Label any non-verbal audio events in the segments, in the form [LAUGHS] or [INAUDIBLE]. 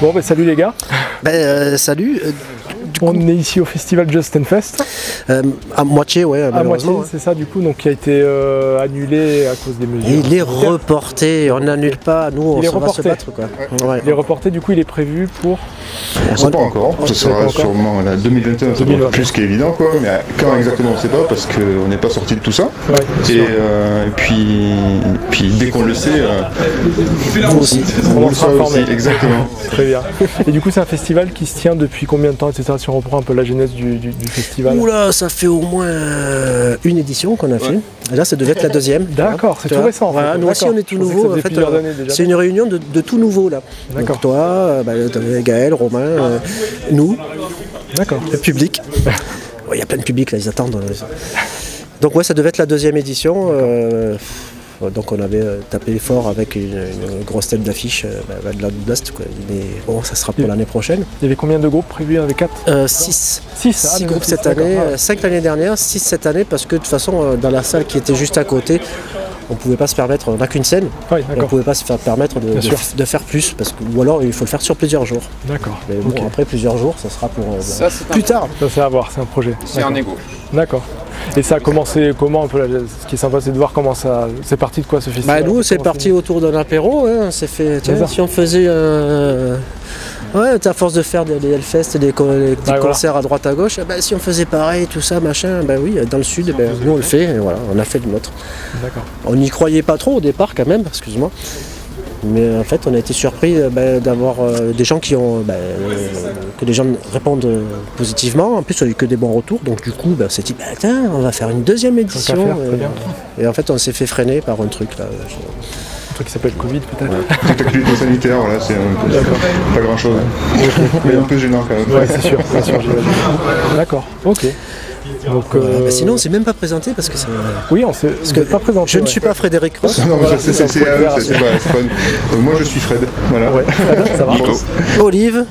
Bon, ben salut les gars. Ben, euh, salut. Euh, du coup, On est ici au festival Justin Fest. euh, à moitié, ouais, À moitié, malheureusement. c'est ça, du coup, donc qui a été euh, annulé à cause des mesures. hein. Il est reporté, on n'annule pas, nous on Il est se va se reporté. battre quoi. Ouais. Il est reporté, du coup, il est prévu pour. On ne sait pas encore, on ce sait pas sera encore. sûrement la 2021, c'est 2021. plus qu'évident quoi, mais quand exactement on ne sait pas parce qu'on n'est pas sorti de tout ça. Ouais, Et, euh, et puis, puis dès qu'on le sait, euh, Vous aussi. on, en le sera saura aussi, informé. exactement. [LAUGHS] Très bien. Et du coup, c'est un festival qui se tient depuis combien de temps, etc. Si on reprend un peu la genèse du, du- du festival. Oula, ça fait au moins euh, une édition qu'on a fait. Et là, ça devait être la deuxième. D'accord, c'est Tu tout vois. récent. en fait. Voilà, nous aussi D'accord. on est tout Je pensais que nouveau. ça En faisait fait, plusieurs euh, années déjà. c'est une réunion de, de tout nouveau là. D'accord. Donc toi, euh, ben, t'avais Gaël, Romain, euh, nous, D'accord. le public. Ouais, Il y a plein de public là, ils attendent. euh. Donc ouais, ça devait être la deuxième édition. euh, ouais, donc on avait euh, tapé fort avec une, une grosse tête d'affiche euh, bah, bah, de la Blast. Quoi. Mais bon, ça sera pour l'année prochaine. Il y avait combien de groupes prévus avec 4 6 6 six groupes cette année, 5 l'année dernière, 6 cette année, parce que de toute façon, euh, dans la salle qui était juste à côté, on pouvait pas se permettre, on n'a qu'une scène, Oui, on d'accord. pouvait pas se faire permettre de, Bien de sûr. f- de faire plus, parce que, ou alors il faut le faire sur plusieurs jours. D'accord. Mais bon, Ok. après plusieurs jours, ça sera pour euh, Ça, c'est un- plus tard. Ça, c'est à voir, c'est un projet. C'est un égo. D'accord. Et ça a commencé comment un peu la- Ce qui est sympa, c'est de voir comment ça. C'est parti de quoi ce Bah festival nous, c'est Comment parti autour d'un apéro, hein, on s'est fait, tiens, C'est ça. si on faisait... euh, Ouais, à force de faire des, des Hellfest, des, co- des petits Ah, voilà. concerts à droite à gauche, eh ben, si on faisait pareil, tout ça, machin, ben oui, dans le sud, ben, nous on le fait, et voilà, on a fait le nôtre. D'accord. On n'y croyait pas trop au départ quand même, excuse-moi. Mais en fait, on a été surpris euh, bah, d'avoir euh, des gens qui ont. euh, bah, euh, que les gens répondent euh, positivement. En plus, on a eu que des bons retours. Donc, du coup, bah, on s'est dit, bah, tiens, on va faire une deuxième édition. faire, très et, bien. et en fait, on s'est fait freiner par un truc. là. Je- Un truc qui s'appelle Covid peut-être. Contact lutte sanitaire, voilà, c'est un peu- pas [LAUGHS] grand chose. Mais un peu gênant quand même. Ouais, c'est sûr, c'est sûr, j'imagine. D'accord, ok. Donc, euh, Bah, sinon, on s'est même pas présenté parce que ça- oui, on s'est vous que êtes pas présenté. Je ne ouais. suis pas Frédéric [LAUGHS] Ross. [LAUGHS] Non, mais Voilà, c'est c'est c'est- ça, c'est faut à le eux, faire. c'est c'est pas c'est pas une- Euh, Moi je suis Fred, [LAUGHS] voilà. Ouais, très bien, ça va. Nico. Olive.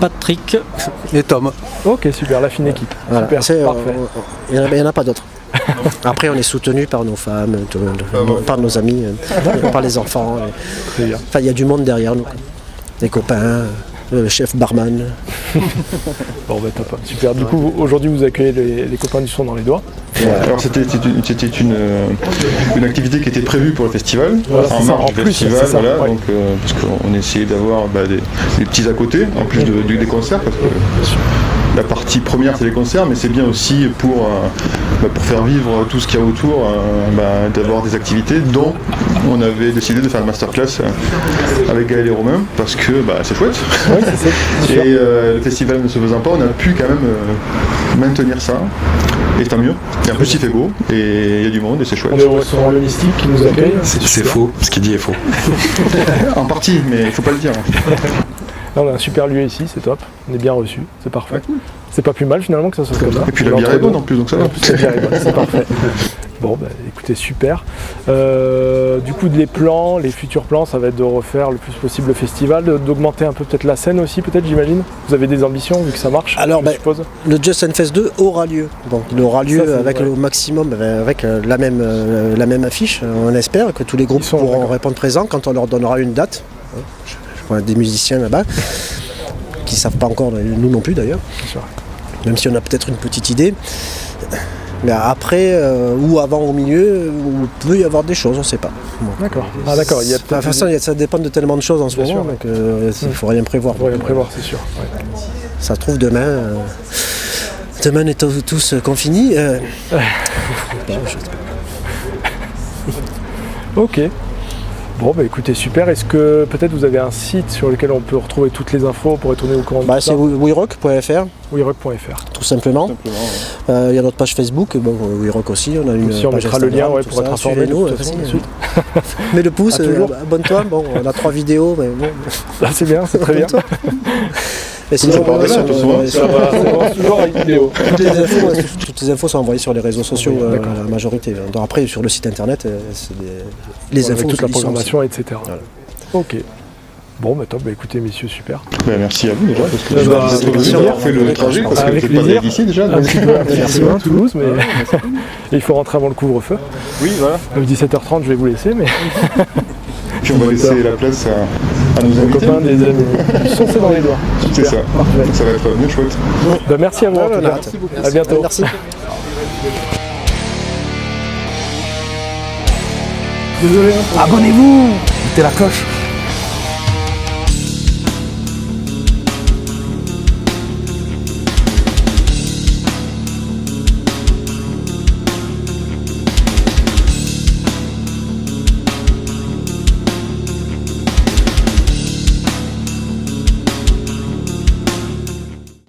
Patrick et Tom. Ok, super, la fine équipe. Voilà. Super, C'est- on- parfait. on- Il n'y en, a pas d'autres. [LAUGHS] Après, on est soutenu par nos femmes, tout- Ah par nos amis, euh, par les enfants. euh. Très bien. Enfin, il y a du monde derrière nous. quoi. Des copains, euh, le chef barman. Bon, bah, top. Super. Du coup, vous- aujourd'hui, vous accueillez les, les copains du son dans les doigts. Alors c'était c'était une, c'était une, euh, une activité qui était prévue pour le festival, Voilà, en c'est ça, marge en du plus, festival, c'est ça, voilà, ouais. donc, euh, parce qu'on essayait d'avoir bah, des, des petits à côté, en plus de- de- des concerts, parce que la partie première c'est les concerts, mais c'est bien aussi pour, euh, bah, pour faire vivre tout ce qu'il y a autour, euh, bah, d'avoir des activités dont on avait décidé de faire une masterclass euh, avec Gaël et Romain, parce que bah, c'est chouette. Oui, c'est ça. c'est Et sûr. euh, le festival ne se faisant pas, on a pu quand même euh, maintenir ça. Et tant mieux. Et en plus, il fait beau et il y a du monde et c'est chouette. On est au restaurant Le Mystique qui nous accueille. C'est faux, ce qu'il dit est faux. En partie, mais il faut pas le dire. Là, on a un super lieu ici, c'est top. On est bien reçus, c'est parfait. C'est pas plus mal finalement que ça soit comme ça. Et puis la bière est bonne en plus, donc ça va. C'est bien, c'est parfait. Bon, bah, écoutez, super. Euh, du coup, les plans, les futurs plans, ça va être de refaire le plus possible le festival, de- d'augmenter un peu peut-être la scène aussi, peut-être, j'imagine. Vous avez des ambitions vu que ça marche Alors, je ben, suppose. Le Justin Fest 2 aura lieu. Donc, il aura lieu c'est avec vrai. le maximum, euh, avec euh, la même, euh, la même affiche. On espère que tous les groupes Ils sont, pourront d'accord. répondre présent quand on leur donnera une date. Hein, Je, je vois des musiciens là-bas [LAUGHS] qui savent pas encore, euh, nous non plus d'ailleurs. sûr. Même si on a peut-être une petite idée. Mais après, euh, ou avant, au milieu, ou il peut y avoir des choses, on ne sait pas. Bon. D'accord. Ah, d'accord. Il y a De toute peut-être. façon, il y a- ça dépend de tellement de choses en ce Bien sûr. moment, donc euh, il faut rien prévoir. On pourrait prévoir, c'est sûr. Ouais. Ça se trouve demain. euh, Demain, on est tous- tous euh, confinés. euh, bon, je- Ok. Bon, bah écoutez, super. Est-ce que peut-être vous avez un site sur lequel on peut retrouver toutes les infos pour être tourné au courant bah, de c'est ça we- werock.fr, WeRock.fr. tout simplement. Euh, Il y a notre page Facebook, bon, euh, WeRock aussi. On a une Si on page mettra le lien Instagram, ouais, tout pour être ça, informé de suivez-nous, toute euh, façon, si, ensuite. euh, [LAUGHS] Mets le pouce, À euh, toujours. abonne-toi. Bon, on a trois vidéos, [LAUGHS] mais bon. Ah, c'est bien, c'est très bien. Et ça sinon, parle voilà, de ça, on- tout on- souvent. on- Ça va, c'est bon, toujours avec vidéo. toutes, les infos, euh, toutes les infos sont envoyées sur les réseaux sociaux, euh, d'accord. la majorité. Donc, après, sur le site internet, euh, c'est des- les avec infos toute la ils sont- programmation, etc. Voilà. Ok. Bon, bah top, bah écoutez, messieurs, super. Ben, merci à vous déjà parce que Bah, vous c'est êtes venus plaisir. d'avoir fait le Avec trajet parce plaisir. que vous n'êtes pas allé d'ici déjà. donc- Merci à Toulouse, mais [LAUGHS] il faut rentrer avant le couvre-feu. Oui, voilà. À 17h30, je vais vous laisser, mais puis on va laisser la place à, à nos Nos invités. copains, des amis. Foncez dans les doigts. C'est ça. Parfait. Ça va être bien chouette. Bah, merci à vous. en tout cas. À bientôt. Euh, Merci. Désolé. hein. Abonnez-vous Mettez la cloche